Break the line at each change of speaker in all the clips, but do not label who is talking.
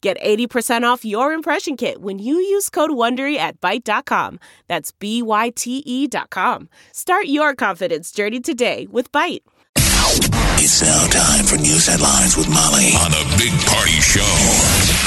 Get 80% off your impression kit when you use code WONDERY at Byte.com. That's B-Y-T-E E dot com. Start your confidence journey today with Byte.
It's now time for news headlines with Molly on the Big Party Show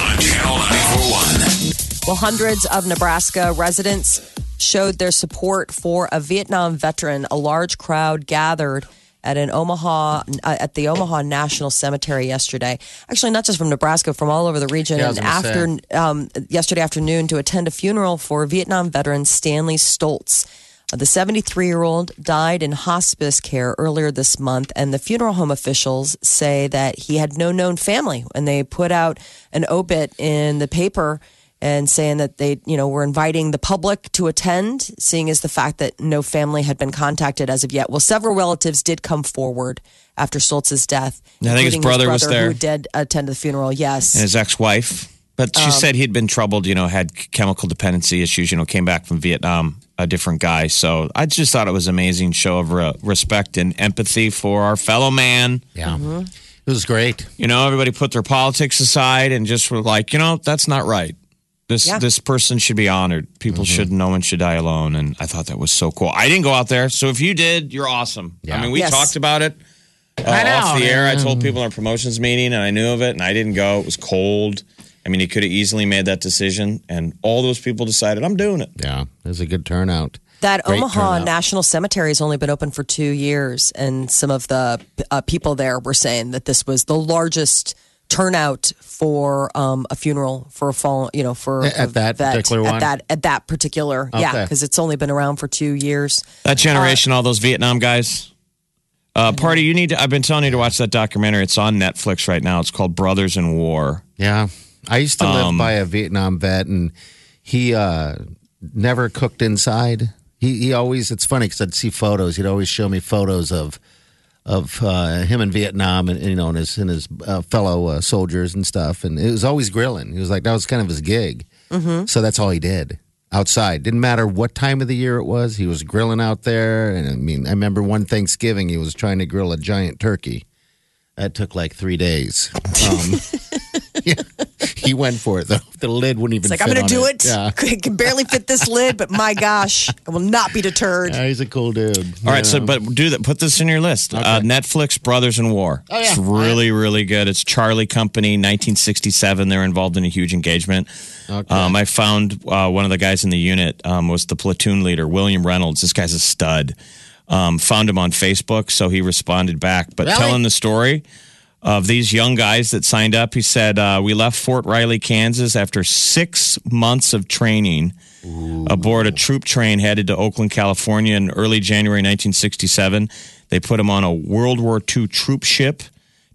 on Channel 941.
Well, hundreds of Nebraska residents showed their support for a Vietnam veteran. A large crowd gathered at an Omaha uh, at the Omaha National Cemetery yesterday. Actually, not just from Nebraska, from all over the region.
Yeah, I
and
was gonna
after um, yesterday afternoon, to attend a funeral for Vietnam veteran Stanley Stoltz. Uh, The 73 year old died in hospice care earlier this month, and the funeral home officials say that he had no known family. And they put out an obit in the paper and saying that they, you know, were inviting the public to attend, seeing as the fact that no family had been contacted as of yet. Well, several relatives did come forward after Stoltz's death.
I think his
including
brother was there.
Who did attend the funeral? Yes.
and his ex-wife. But
Um,
she said he'd been troubled, you know, had chemical dependency issues, you know, came back from Vietnam a different guy. So I just thought it was an amazing show of re- respect and empathy for our fellow man.
Yeah.
Mm-hmm.
It was great.
You know, everybody put their politics aside and just were like, you know, that's not right. This
Yeah.
this person should be honored. People
Mm-hmm.
should no one should die alone. And I thought that was so cool. I didn't go out there, so if you did, you're awesome.
Yeah.
I mean, we
Yes.
talked about it uh, off
know.
the air. I Mm. told people in our promotions meeting, and I knew of it, and I didn't go. It was cold. I mean, he could have easily made that decision, and all those people decided, I'm doing it.
Yeah. It was a good turnout.
That
Great
Omaha
turnout.
National Cemetery has only been open for two years, and some of the uh, people there were saying that this was the largest turnout for um, a funeral for a fall, you know, for
At-
a
at that
vet,
particular
at
one?
that at that particular, yeah,
Okay.
because it's only been around for two years.
That generation, all those Vietnam guys. Uh, party, you need to. I've been telling you to watch that documentary. It's on Netflix right now. It's called Brothers in War.
Yeah. I used to live by a Vietnam vet and he uh, never cooked inside. He, he always, it's funny because I'd see photos. He'd always show me photos of of uh, him in Vietnam and, you know, and his, and his uh, fellow uh, soldiers and stuff. And it was always grilling. He was like, that was kind of his gig.
Mm-hmm.
So that's all he did outside. Didn't matter what time of the year it was. He was grilling out there. And I mean, I remember one Thanksgiving, he was trying to grill a giant turkey. That took like three days. Um, yeah, he went for it though. The lid wouldn't
It's
even.
like
fit
I'm going
on
to do
it.
it.
Yeah.
I can barely fit this lid, but my gosh, I will not be deterred.
Yeah, he's a cool dude.
All right, so but do that. Put this in your list. Uh, Netflix Brothers in War.
Oh, yeah.
It's really really good. It's Charlie Company, 1967. They're involved in a huge engagement.
Okay.
Um, I found uh, one of the guys in the unit um, was the platoon leader, William Reynolds. This guy's a stud. Um, found him on Facebook, so he responded back. But
Really?
telling the story of these young guys that signed up, he said, uh, "We left Fort Riley, Kansas, after six months of training." aboard a troop train headed to Oakland, California in early January 1967. They put him on a World War II troop ship.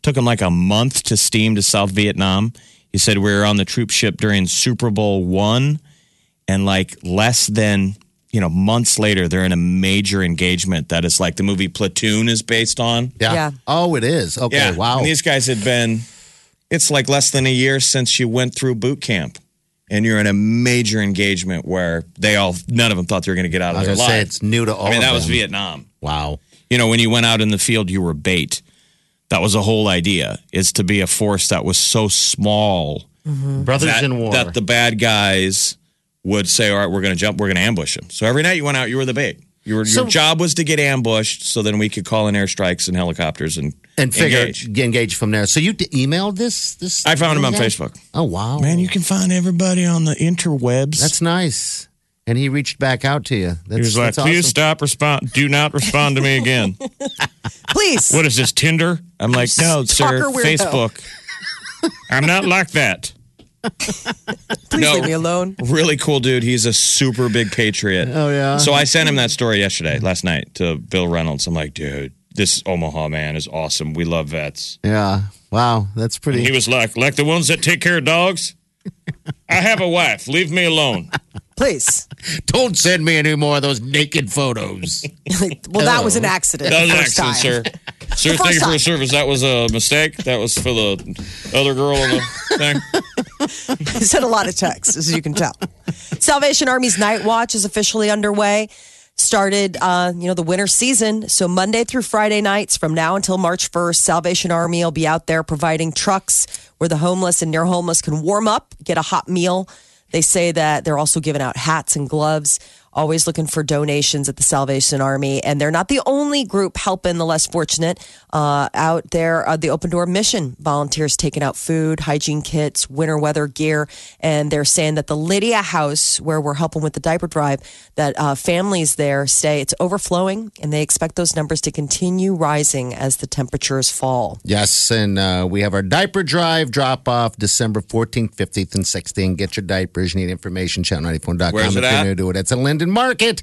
Took him like a month to steam to South Vietnam. He said we were on the troop ship during Super Bowl one, and like less than you know months later, they're in a major engagement that is like the movie Platoon is based on.
yeah.
Yeah.
Oh, it is. Okay. Wow.
And these guys had been, it's like less than a year since you went through boot camp. And you're in a major engagement where they all, none of them thought they were going to get out
I
of
was
their
gonna say
lives.
it's new to all.
I mean,
of
that was
them.
Vietnam.
Wow.
You know, when you went out in the field, you were bait. That was the whole idea, is to be a force that was so small
Brothers
that,
in war.
that the bad guys would say, all right, we're going to jump, we're going to ambush them. So every night you went out, you were the bait. You were,
So-
your job was to get ambushed so then we could call in airstrikes and helicopters and,
and figure
engage.
engage. from there. So you d- emailed this? This
I found him on
guy?
Facebook.
Oh wow,
Man, you can find everybody on the interwebs.
that's nice. And he reached back out to you. That's,
he was like,
that's awesome.
please stop respond. Do not respond to me again.
Please,
what is this, Tinder? I'm like, no, sir,
Stalker weirdo.
Facebook. I'm not like that.
please
no.
leave me alone.
Really cool dude. He's a super big patriot.
Oh yeah.
So I sent him that story yesterday, last night, to Bill Reynolds. I'm like, dude, this Omaha man is awesome. We love vets.
yeah. Wow. That's pretty.
He was like, like the ones that take care of dogs. I have a wife. Leave me alone.
please.
Don't send me any more of those naked photos.
Like, well, that was an accident.
That was
the
an
first
accident,
time.
sir. Sir,
first
thank you for
time.
your service. That was a mistake. That was for the other girl in the thing.
He sent a lot of texts, as you can tell. Salvation Army's Night Watch is officially underway. Started, uh, you know, the winter season. So Monday through Friday nights, from now until March 1st, Salvation Army will be out there providing trucks where the homeless and near homeless can warm up, get a hot meal. They say that they're also giving out hats and gloves. Always looking for donations at the Salvation Army, and they're not the only group helping the less fortunate uh, out there. Uh, the Open Door Mission volunteers taking out food, hygiene kits, winter weather gear, and they're saying that the Lydia House, where we're helping with the diaper drive, that uh, families there say it's overflowing, and they expect those numbers to continue rising as the temperatures fall.
Yes, and uh, we have our diaper drive drop off December 14th, 15th, and 16th. Get your diapers. You need information. Channel94.com.
Where's it
if you're
at?
new to it. It's a Linden Market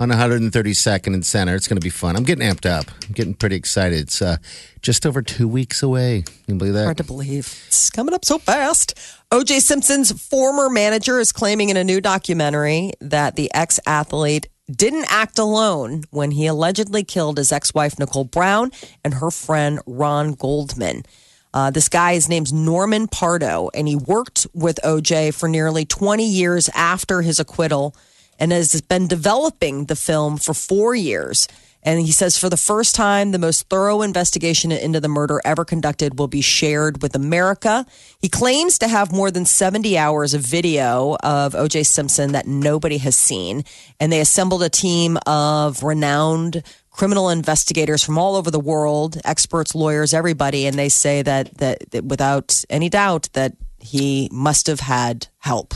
on 132nd and Center. It's going to be fun. I'm getting amped up. I'm getting pretty excited. It's uh, just over two weeks away. Can you believe
Hard
that?
to believe. It's coming up so fast. OJ Simpson's former manager is claiming in a new documentary that the ex athlete didn't act alone when he allegedly killed his ex wife, Nicole Brown, and her friend, Ron Goldman. Uh, this guy, his name's Norman Pardo, and he worked with OJ for nearly 20 years after his acquittal and has been developing the film for four years. And he says, for the first time, the most thorough investigation into the murder ever conducted will be shared with America. He claims to have more than 70 hours of video of OJ Simpson that nobody has seen. And they assembled a team of renowned criminal investigators from all over the world, experts, lawyers, everybody. And they say that, that, that without any doubt, that he must have had help.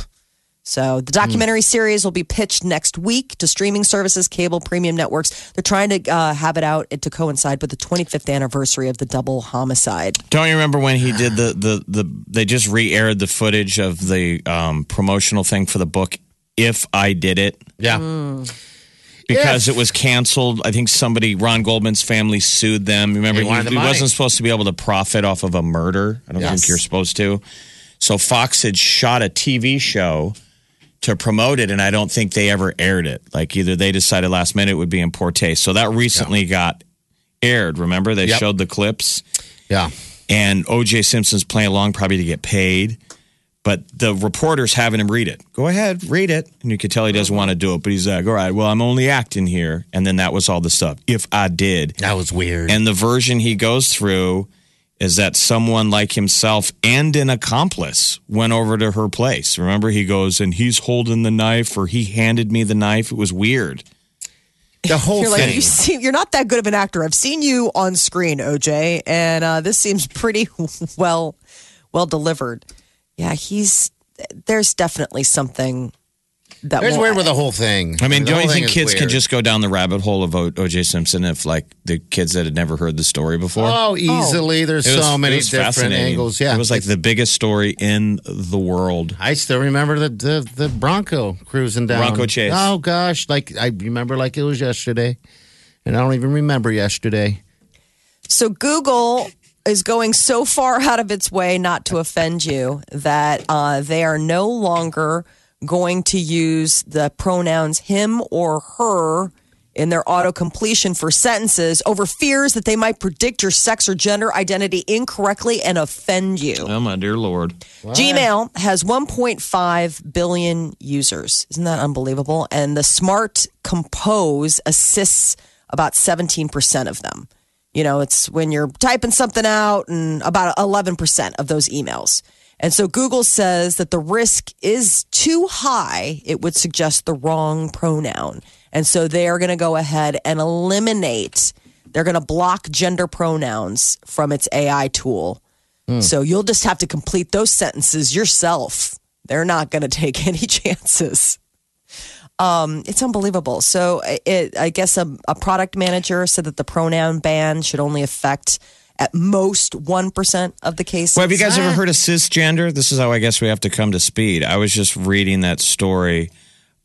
So the documentary series will be pitched next week to streaming services, cable, premium networks. They're trying to uh, have it out to coincide with the 25th anniversary of the double homicide.
Don't you remember when he did the the the? They just re-aired the footage of the um, promotional thing for the book. If I did it,
Yeah.
Mm.
because it was canceled. I think somebody, Ron Goldman's family, sued them. Remember,
They
he,
wanted the
he
money.
wasn't supposed to be able to profit off of a murder. I don't think you're supposed to. So Fox had shot a TV show to promote it, and I don't think they ever aired it. Like either they decided last minute it would be in poor taste. So that recently got aired. Remember, they
Yep.
showed the clips
Yeah.
and OJ Simpson's playing along probably to get paid. But the reporter's having him read it. Go ahead, read it. And you could tell he doesn't want to do it, but he's like, all right, well, I'm only acting here. And then that was all the stuff. If I did.
That was weird.
And the version he goes through is that someone like himself and an accomplice went over to her place. Remember, he goes, and he's holding the knife, or he handed me the knife. It was weird.
the whole
You're like,
thing.
you seem, you're not that good of an actor. I've seen you on screen, OJ, and uh, this seems pretty well, well delivered. Yeah, he's there's definitely something that
There's
won't-
weird with the whole thing.
I mean,
the
don't you
whole
think
thing
kids
is
can
weird.
just go down the rabbit hole of O- OJ Simpson if, like, the kids that had never heard the story before?
Oh, easily. There's
It was-
so many
it was
different
fascinating.
angles. Yeah.
it was like the biggest story in the world.
I still remember the, the the Bronco cruising down.
Bronco chase.
Oh gosh, like I remember like it was yesterday, and I don't even remember yesterday.
So Google is going so far out of its way not to offend you that uh, they are no longer going to use the pronouns him or her in their auto completion for sentences over fears that they might predict your sex or gender identity incorrectly and offend you.
Oh my dear lord!
Gmail has 1.5 billion users. Isn't that unbelievable? And the smart compose assists about 17% of them. You know, it's when you're typing something out and about 11% of those emails. And so Google says that the risk is too high. It would suggest the wrong pronoun. And so they are going to go ahead and eliminate, they're going to block gender pronouns from its AI tool.
Hmm.
So you'll just have to complete those sentences yourself. They're not going to take any chances. Um, it's unbelievable. So it, I guess a, a product manager said that the pronoun ban should only affect at most 1% of the cases.
Well, have you guys ever heard of cisgender? This is how I guess we have to come to speed. I was just reading that story.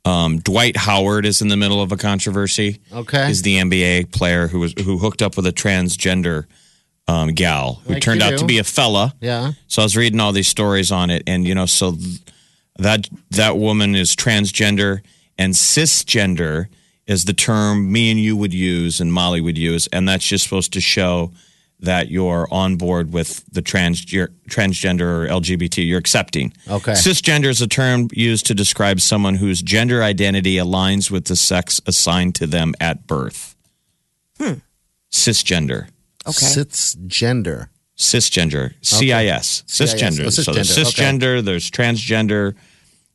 Um, Dwight Howard is in the middle of a controversy.
Okay.
is the NBA player who was who hooked up with a transgender um, gal who
Like
turned
you
out to
do.
be a fella.
Yeah.
So I was reading all these stories on it, and you know, so th- That that woman is transgender and cisgender is the term me and you would use and Molly would use, and that's just supposed to show that you're on board with the trans your, transgender or LGBT. You're accepting.
Okay.
Cisgender is a term used to describe someone whose gender identity aligns with the sex assigned to them at birth. Cisgender.
Okay.
Cisgender.
Cisgender. CIS. Cisgender.
Oh,
So there's
cisgender,
cisgender, there's transgender,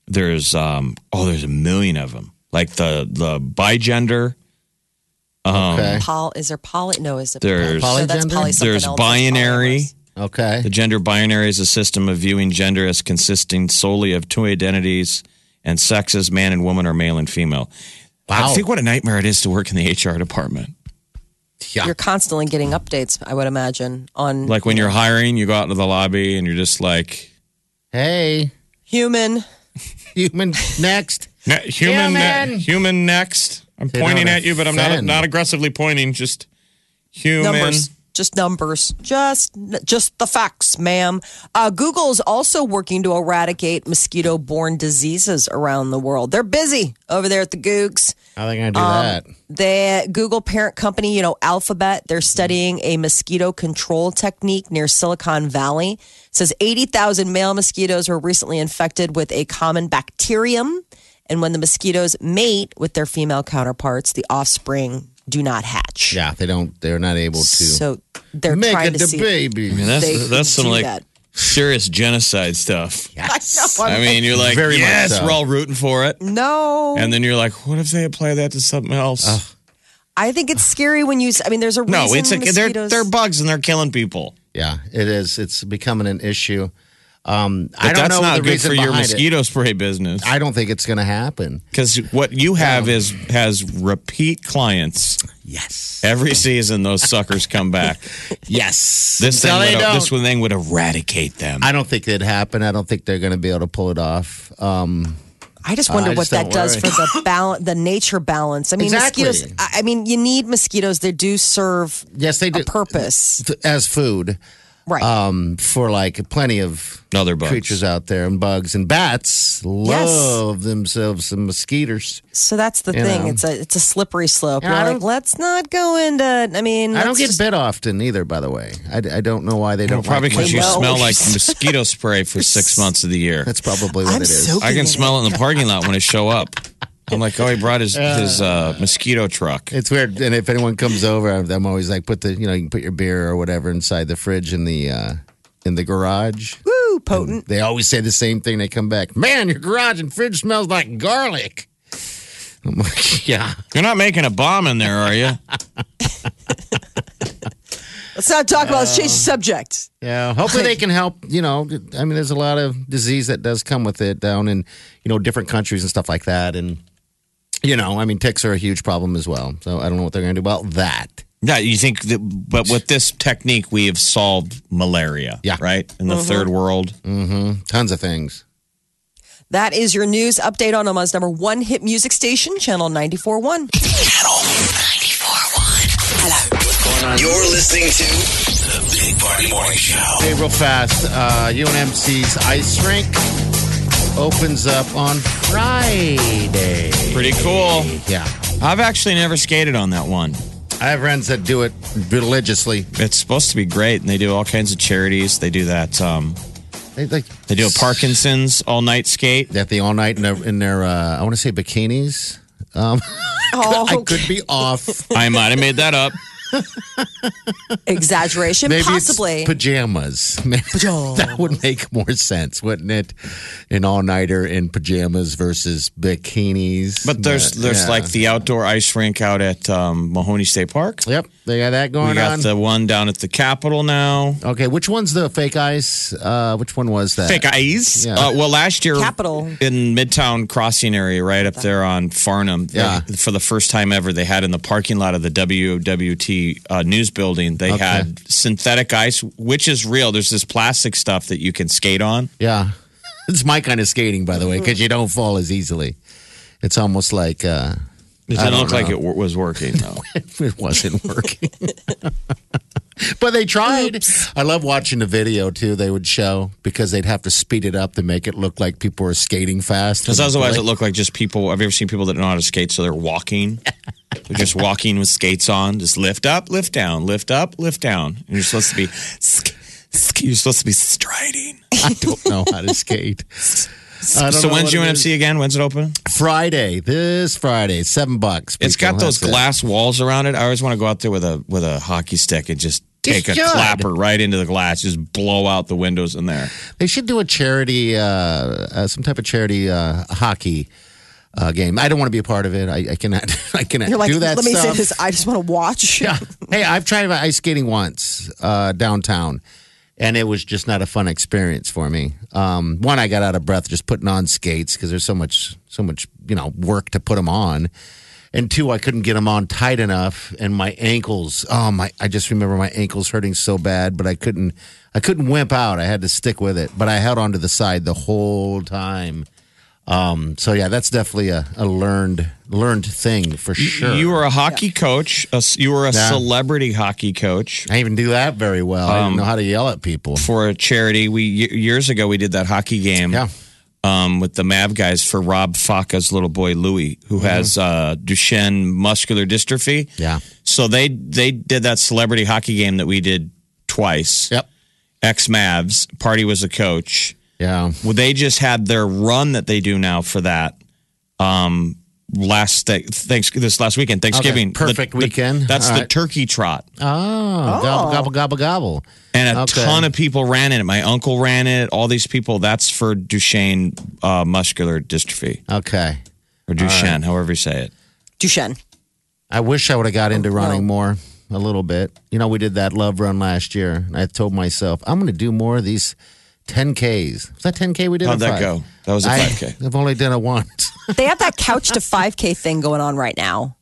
there's um oh there's a million of them. Like the the bigender, Um,
Okay.
Paul, is there poly? No, is it
There's-
no, that's poly
Polygender?
something
there's
else.
binary.
It's polyamorous.
Okay.
The gender binary is a system of viewing gender as consisting solely of two identities and sexes, man and woman or male and female.
Wow.
I think what a nightmare it is to work in the HR department.
Yeah.
You're constantly getting updates. I would imagine on
Like when you're hiring, you go out to the lobby and you're just like
Hey,
human.
human. Next.
Ne- human,
Human.
ne- human next. I'm
They
pointing
don't
at you, but I'm not
offend.
not aggressively pointing. Just human.
numbers just numbers just just the facts ma'am uh, google's also working to eradicate mosquito-borne diseases around the world they're busy over there at the googs
How are they gonna do
Um,
that?
the google parent company you know alphabet they're studying a mosquito control technique near silicon valley it says 80000 male mosquitoes were recently infected with a common bacterium and when the mosquitoes mate with their female counterparts the offspring do not hatch
Yeah, they don't. They're not able to
so they're
make
trying
it
to
the
see.
baby.
I mean, that's
They
that's some
do
like
that.
serious genocide stuff.
Yes.
I mean, you're like,
Very much
yes,
so.
we're all rooting for it,
No,
and then you're like, what if they apply that to something else?
I think it's scary when you. s- I mean, there's a reason.
no, it's a, they're
mosquitoes,
they're bugs and they're killing people.
Yeah, it is. It's becoming an issue. Um, I
But
don't
that's
know
not
the
good
reason
for your
behind it.
mosquito spray business.
I don't think it's going to happen.
Because what you have is has repeat clients
Yes.
every season. Those suckers come back.
Yes.
This
No,
thing,
they
would,
don't.
this one thing would eradicate them.
I don't think it happened. I don't think they're going to be able to pull it off. Um,
I just wonder
I
what
just
that
don't
does
worry.
for the balance, the nature balance. I mean,
Exactly.
mosquitoes. I I mean, you need mosquitoes. They do serve
yes, they do.
a purpose,
th- as food
right?
um, for like plenty of
Other bugs.
creatures out there and bugs and bats love themselves some mosquitoes.
so that's the
you
thing.
know.
It's a it's a slippery slope.
And
You're
I
like,
don't-
let's not go into. I mean,
I don't
let's
get
just-
bit often either. By the way, I, I don't know why they don't.
Probably
like my
because you
bugs.
know.
smell like mosquito spray for six months of the year.
That's probably what
I'm
it is.
so-
I
Looking
can
at
smell it in the parking lot when I show up. I'm like, oh, he brought his his uh, mosquito truck.
It's weird. And if anyone comes over, I'm I'm always like, put the you know, you can put your beer or whatever inside the fridge in the uh, in the garage.
Woo, potent.
They always say the same thing. They come back, man, your garage and fridge smells like garlic. I'm like, yeah,
You're not making a bomb in there, are you?
Let's not talk about.
Uh,
Let's change the subject.
yeah. Hopefully they can help. You know, I mean, there's a lot of disease that does come with it down in you know different countries and stuff like that. And you know, I mean, ticks are a huge problem as well. So I don't know what they're going to do about that.
Yeah, you think that, but with this technique, we have solved malaria.
Yeah.
Right? In the third world.
Mm-hmm. Tons of things.
That is your news update on Omaha's number one hit music station, Channel 94.1.
You're listening to the Big Party Morning Show.
Hey, real fast. Uh, UNMC's ice rink opens up on Friday.
Pretty cool.
Yeah.
I've actually never skated on that one.
I have friends that do it religiously.
It's supposed to be great, and they do all kinds of charities. They do that. Um,
They like
they do a Parkinson's all night skate.
that the all night in their, in their uh, I want to say bikinis. Um,
Oh,
I could be off.
I might have made that up.
exaggeration,
Maybe
possibly.
it's pajamas. Maybe that would make more sense, wouldn't it? An all nighter in pajamas versus bikinis.
But there's
Yeah.
there's
Yeah.
like the outdoor ice rink out at um, Mahoney State Park.
yep, they got that going
We got
on.
the one down at the Capitol now.
okay, which one's the fake ice? Uh, which one was that?
Fake ice.
Yeah.
Uh, well, last year,
Capitol.
in Midtown Crossing area, right up there on Farnham, they-
Yeah.
for the first time ever, they had in the parking lot of the WWT uh, news building, they had synthetic ice, which is real. There's this plastic stuff that you can skate on.
Yeah. It's my kind of skating, by the way, because you don't fall as easily. It's almost like uh,
It
I
didn't
don't
look like
know.
it w- was working, though.
it wasn't working. but they tried. I love watching the video too. They would show because they'd have to speed it up to make it look like people were skating fast.
Because otherwise, it looked like just people. Have you ever seen people that know how to skate? So they're walking. They're just walking with skates on. Just lift up, lift down, lift up, lift down. And you're supposed to be. sk- sk- You're supposed to be striding.
I don't know how to skate. I don't
So
know
when's
what it is.
UNFC again? When's it open?
Friday? This Friday, seven bucks.
It's
people.
got those
That's it.
glass walls around it. I always want to go out there with a with a hockey stick and just take a
should.
clapper right into the glass, just blow out the windows in there.
They should do a charity, uh, uh, some type of charity uh, hockey uh, game. I don't want to be a part of it. I, I cannot. I cannot
You're like,
do that
let me
stuff.
say this. I just want to watch.
Yeah. Hey, I've tried ice skating once uh, downtown, and it was just not a fun experience for me. Um, one, I got out of breath just putting on skates because there's so much, so much, you know, work to put them on. And two, I couldn't get them on tight enough, and my ankles. Oh my! I just remember my ankles hurting so bad, but I couldn't. I couldn't wimp out. I had to stick with it, but I held onto the side the whole time. Um, so yeah, that's definitely a, a learned learned thing for sure.
You were a hockey coach. A, you were a
Yeah.
celebrity hockey coach
I even do that very well. I
Um,
didn't know how to yell at people.
for a charity. We y- years ago we did that hockey game.
Yeah.
um, with the Mav guys for Rob Faka's little boy Louis, who has uh, Duchenne muscular dystrophy.
Mm-hmm. Yeah.
So they they did that celebrity hockey game that we did twice.
Yep.
Ex Mavs party was the coach.
Yeah.
Well, they just had their run that they do now for that. Um, last th- thanks this last weekend Thanksgiving The-
perfect
the-
weekend.
that's
All
the
right.
turkey trot.
Oh, gobble, gobble, gobble, gobble.
And a
Okay.
ton of people ran in it. My uncle ran in it. All these people. That's for Duchenne uh, muscular dystrophy
Okay.
or Duchenne, however you say it.
Duchenne.
I wish I would have got into running more a little bit. You know, we did that love run last year, and I told myself, I'm going to do more of these 10Ks. Was that 10K we did?
How'd
or
that
five?
go? That was a
I,
5K.
I've only done it once.
They have that couch to 5K thing going on right now.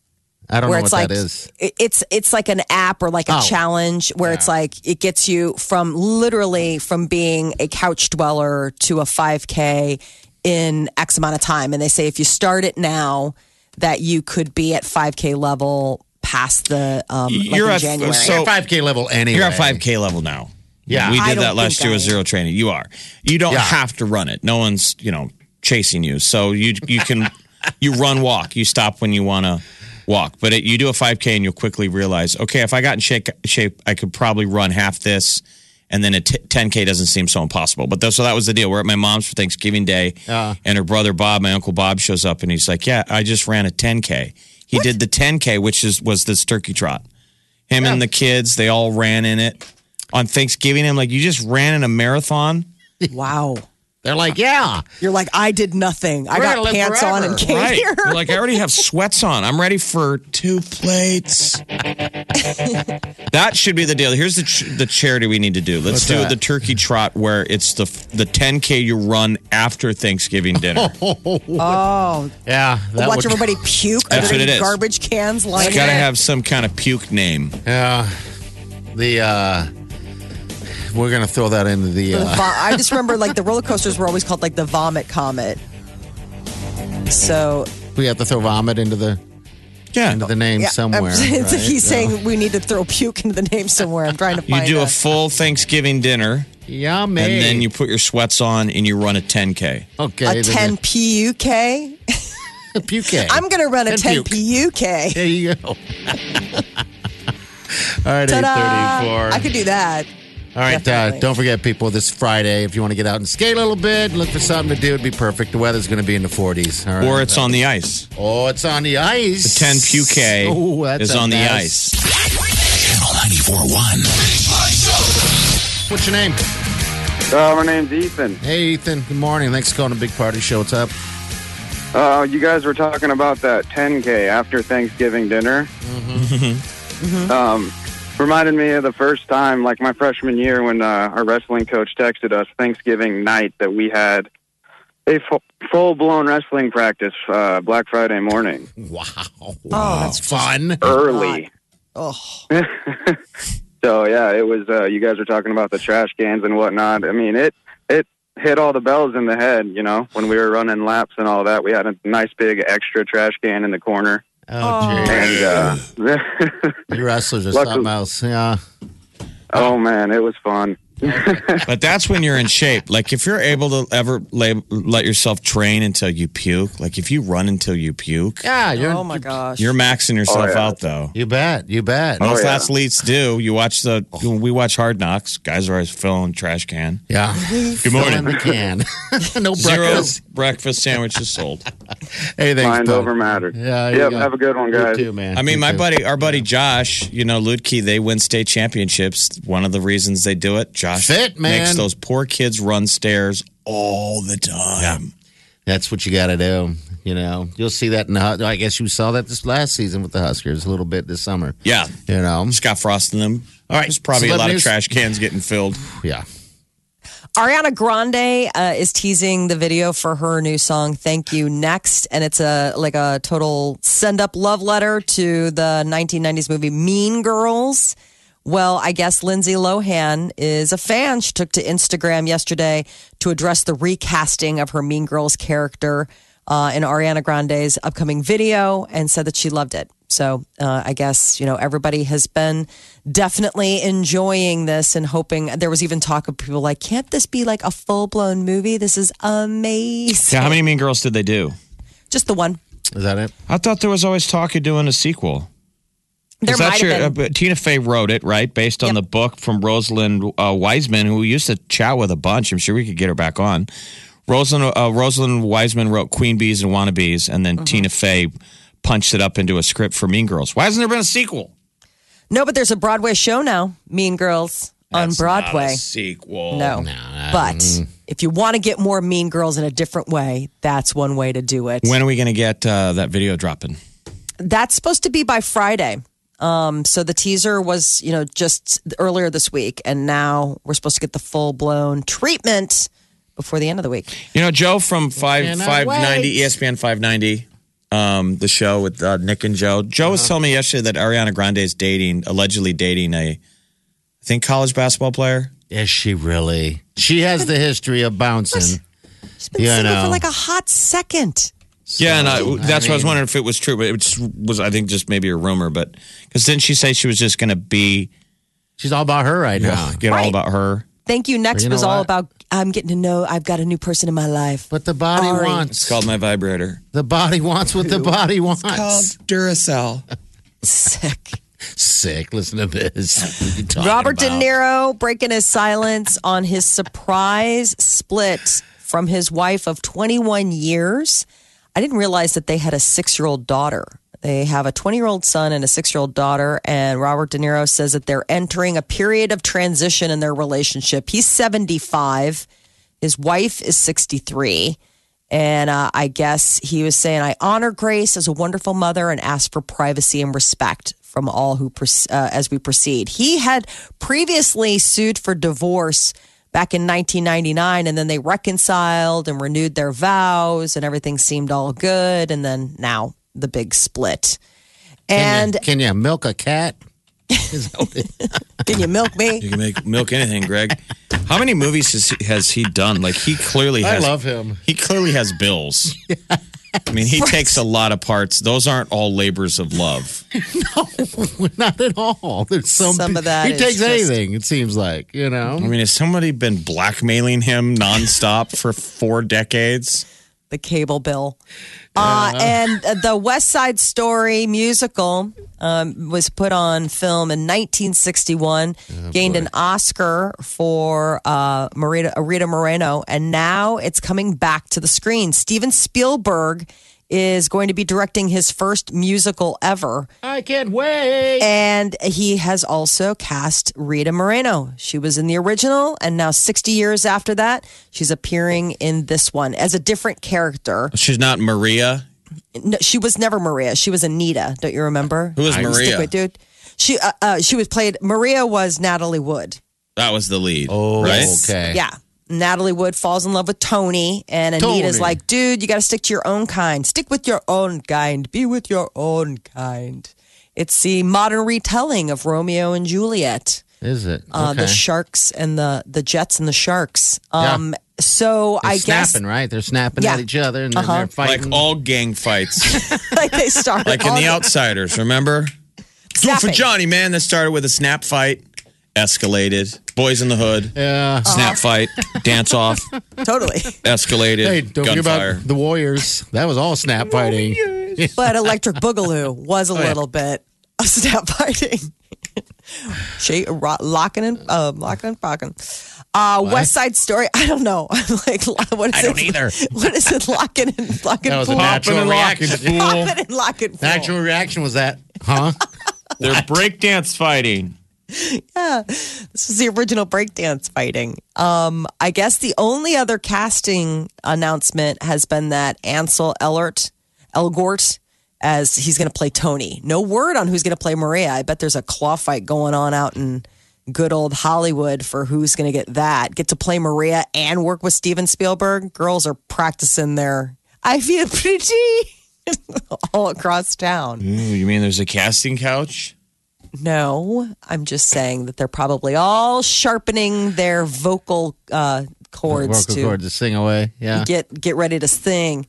I don't
where
know what
it's like
that is.
it- it's it's like an app or like a
Oh.
challenge where it's like it gets you from literally from being a couch dweller to a 5k in x amount of time and they say if you start it now that you could be at 5k level past the um like
You're
in
at-
january
so-
You're 5K level
Oh.
anyway.
You're at 5K level now.
Yeah.
We
I
did
don't
that last
think
year
I
with
am.
zero training. You are. You don't
Yeah.
have to run it. No one's, you know, chasing you. So you you can you run walk. You stop when you want to walk. But it, you do a 5K and you'll quickly realize, okay, if I got in shape, shape I could probably run half this. And then a t- 10K doesn't seem so impossible. But th- so that was the deal. We're at my mom's for Thanksgiving Day, and her brother Bob, my uncle Bob, shows up and he's like, "Yeah, I just ran a 10K." He did the 10K, which is was this turkey trot. Him and the kids, they all ran in it on Thanksgiving. I'm like, you just ran in a marathon,
wow
They're like, yeah.
you're like i did nothing i
We're gonna
got
live
pants on and
forever."
came here
You're like, I already have sweats on. I'm ready for two plates. that should be the deal. Here's the ch- the charity we need to do. Let's
What's
do
that?
the turkey trot where it's the the 10k you run after Thanksgiving dinner.
Yeah. That
watch
would-
everybody puke
That's
under
what it is.
garbage cans
It's
lying
got to
there.
have some kind of puke name.
Yeah. The, uh, we're going to throw that into the,
The
uh,
vo- I just remember like the roller coasters were always called like the vomit comet. So
we have to throw vomit into the,
Yeah.
into the name
yeah,
somewhere.
I'm- it's like
right?
he's
So-
saying we need to throw puke into the name somewhere. I'm trying to
You
find.
do a
a-
full Thanksgiving dinner
Yummy.
and then you put your sweats on and you run a 10k.
okay
a 10
then
PUK.
the puke.
I'm gonna run a 10
10
PUK.
There you go. All right, eight
Ta-da! I
thirty-four.
could do that.
All right, uh,
definitely.
don't forget, people. This Friday, if you want to get out and skate a little bit, look for something to do. It'd be perfect. The weather's going to be in the forties. All right.
Or it's on the ice.
oh, it's on the ice.
10 PUK
Oh, that's
is
a
on the
mess.
ice.
Channel 941.
What's your name?
Uh, my name's Ethan.
Hey, Ethan. Good morning. Thanks for calling the Big Party Show. What's up?
Uh, you guys were talking about that 10K after Thanksgiving dinner. Mm-hmm. um, reminded me of the first time, like my freshman year, when uh, our wrestling coach texted us Thanksgiving night that we had a full blown wrestling practice uh, Black Friday morning.
Wow. Oh,
that's
fun.
Early.
Oh,
So yeah, it was. Uh, you guys were talking about the trash cans and whatnot. I mean, it it hit all the bells in the head. You know, when we were running laps and all that, we had a nice big extra trash can in the corner,
Oh,
and uh,
gee. You wrestlers are
Luckily-
something else. Yeah.
Oh man, it was fun.
But that's when you're in shape. Like if you're able to ever la let yourself train until you puke, like if you run until you puke,
Yeah, you're.
oh my gosh.
you're maxing yourself
yeah.
out though.
You bet. You bet.
Most
yeah.
athletes do. You watch the we watch Hard Knocks. Guys are always filling trash can.
Yeah.
Good
Fill in
morning.
the can. no
Zero
breakfast.
breakfast sandwiches sold.
Hey, thanks,
Mind
bud.
over matter.
Yeah. there you
Yep.
go.
Have a good one,
You
guys.
too, man.
I mean,
You
my
too.
buddy, our buddy Josh, you know, Ludke, they win state championships. One of the reasons they do it, Josh
Fit, man.
makes those poor kids run stairs all the time.
That's what you got to do. You know, you'll see that in the. Hus- I guess you saw that this last season with the Huskers a little bit this summer.
Yeah.
You know,
Scott Frost in them.
All right,
There's probably a
celeb
lot
news.
of trash cans getting filled.
yeah.
Ariana Grande uh, is teasing the video for her new song "Thank You" next, and it's a like a total send-up love letter to the 1990s movie Mean Girls. Well, I guess Lindsay Lohan is a fan. She took to Instagram yesterday to address the recasting of her Mean Girls character uh, in Ariana Grande's upcoming video, and said that she loved it. So uh, I guess you know everybody has been definitely enjoying this and hoping. There was even talk of people like, "Can't this be like a full blown movie? This is amazing."
Yeah, how many Mean Girls did they do?
Just the one.
Is that it?
I thought there was always talk of doing a sequel.
There
Is that
might
your-
have been.
uh, Tina Fey wrote it, right? Based on the book from Rosalind uh, Wiseman, who we used to chat with a bunch. I'm sure we could get her back on. Rosalind, uh, Rosalind Wiseman wrote Queen Bees and Wannabes, and
Mm-hmm.
then Tina Fey punched it up into a script for Mean Girls. Why hasn't there been a sequel?
No, but there's a Broadway show now, Mean Girls on
uh, That's not
Broadway.
a sequel.
No. but if you want to get more Mean Girls in a different way, that's one way to do it.
When are we going to get uh, that video dropping?
that's supposed to be by Friday. Um, so the teaser was, you know, just earlier this week, and now we're supposed to get the full blown treatment before the end of the week.
You know, Joe from five
Cannot
five ninety E
wait.
ESPN five ninety, um, the show with uh, Nick and Joe. Joe was telling me yesterday that Ariana Grande is dating, allegedly dating a, I think college basketball player.
Is she really? She has the history of bouncing.
She's been
Yeah, I
single for
know.
like a hot second.
yeah, and I, that's why I was
mean-
wondering if it was true, but it just was I think just maybe a rumor. But because didn't she say she was just going to be
She's all about her right now.
get all about her?
Thank you. Next
you know
was all
what?
about I'm getting to know I've got a new person in my life.
But the body
Ari.
It's
wants.
called my vibrator.
The body wants what the body wants.
Duracell.
Sick.
Sick. Listen to this. What are you talking
Robert De
about?
Niro breaking his silence on his surprise split from his wife of 21 years. I didn't realize that they had a six year old daughter. They have a 20 year old son and a six year old daughter. And Robert De Niro says that they're entering a period of transition in their relationship. He's 75, his wife is 63. And uh, I guess he was saying, I honor Grace as a wonderful mother and ask for privacy and respect from all who proce- uh, as we proceed. He had previously sued for divorce back in 1999, and then they reconciled and renewed their vows, and everything seemed all good. And then now the big split. And
Can you milk a cat?
can you milk me?
You can make milk anything, Greg. How many movies has he, has he done? Like he clearly
I
has.
love him.
He clearly has bills. I mean, he takes a lot of parts. Those aren't all labors of love.
Not at all. There's some,
Some of that
He
is
takes
just-
anything. It seems like you know.
I mean, has somebody been blackmailing him nonstop for four decades?
the cable bill. Uh, and uh, the West Side Story musical um, was put on film in 1961, gained an Oscar for uh, Marita, Rita Moreno, and now it's coming back to the screen. Steven Spielberg is going to be directing his first musical ever.
I can't wait.
And he has also cast Rita Moreno. She was in the original, and now 60 years after that, she's appearing in this one as a different character.
She's not Maria.
No, she was never Maria. She was Anita. Don't you remember?
Who is Maria?
Stick with dude. She uh, uh, she was played. Maria was Natalie Wood.
That was the lead. Oh, right?
Okay.
Yeah. Natalie Wood falls in love with Tony, and Anita's
Tony.
like, dude, you got to stick to your own kind. Stick with your own kind. Be with your own kind. It's the modern retelling of Romeo and Juliet.
Is it?
Uh,
okay.
The sharks and the the jets and the sharks. Um,
Yeah.
So
They're
I guess
snapping, right? They're snapping
Yeah. Uh-huh.
at each other and then they're
Like
fighting.
all gang fights,
like they started
like in
all
The Outsiders, remember? Do it for
snapping.
Johnny, man. That started with a snap fight. escalated. Boys in the Hood,
Yeah.
snap fight, dance off,
Totally.
escalated,
Hey, don't forget
gunfire.
about the Warriors. That was all snap fighting.
But Electric Boogaloo was
Oh,
a little bit of snap fighting. She, ro- locking and uh, locking and fucking. Uh, West Side Story. I don't know. I'm like, what is
I
it?
don't either.
What is it? Locking and locking.
That was a
pool?
natural
and
reaction.
Popping
Fool.
and locking. pool.
Natural reaction was that, huh?
They're breakdance fighting.
This is the original breakdance fighting. Um, I guess the only other casting announcement has been that Ansel Elgort, Elgort, as he's going to play Tony. No word on who's going to play Maria. I bet there's a claw fight going on out in good old Hollywood for who's going to get that. Get to play Maria and work with Steven Spielberg. Girls are practicing their I feel pretty all across town.
Ooh, you mean there's a casting couch?
No, I'm just saying that they're probably all sharpening their vocal uh, cords
Vocal
to
cord to sing away. Yeah.
get get ready to sing.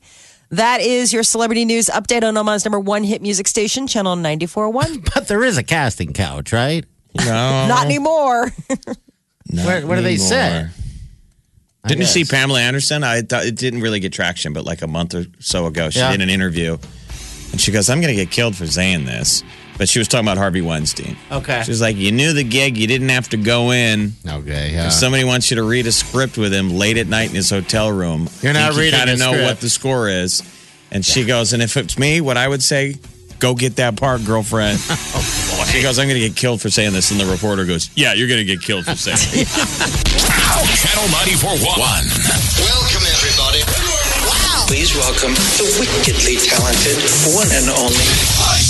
That is your celebrity news update on Oman's number one hit music station, Channel 94.1.
But there is a casting couch, right?
No.
Oh.
Not anymore.
What, what do they say?
anymore. Didn't you see
guess.
Pamela Anderson? I thought it didn't really get traction, but like a month or so ago, she
Yeah.
did an interview and she goes, I'm going to get killed for saying this. But she was talking about Harvey Weinstein.
Okay.
She was like, You knew the gig, you didn't have to go in.
Okay. Yeah.
If somebody wants you to read a script with him late at night in his hotel room,
You're
I
not
think you
reading
gotta
the
know
script.
what the score is. And she goes, and if it's me, what I would say, go get that part, girlfriend.
Oh,
she goes, I'm gonna get killed for saying this, and the reporter goes, Yeah, you're gonna get killed for saying. this.
Channel 941.
Welcome, everybody. Wow. Please welcome the wickedly talented one and only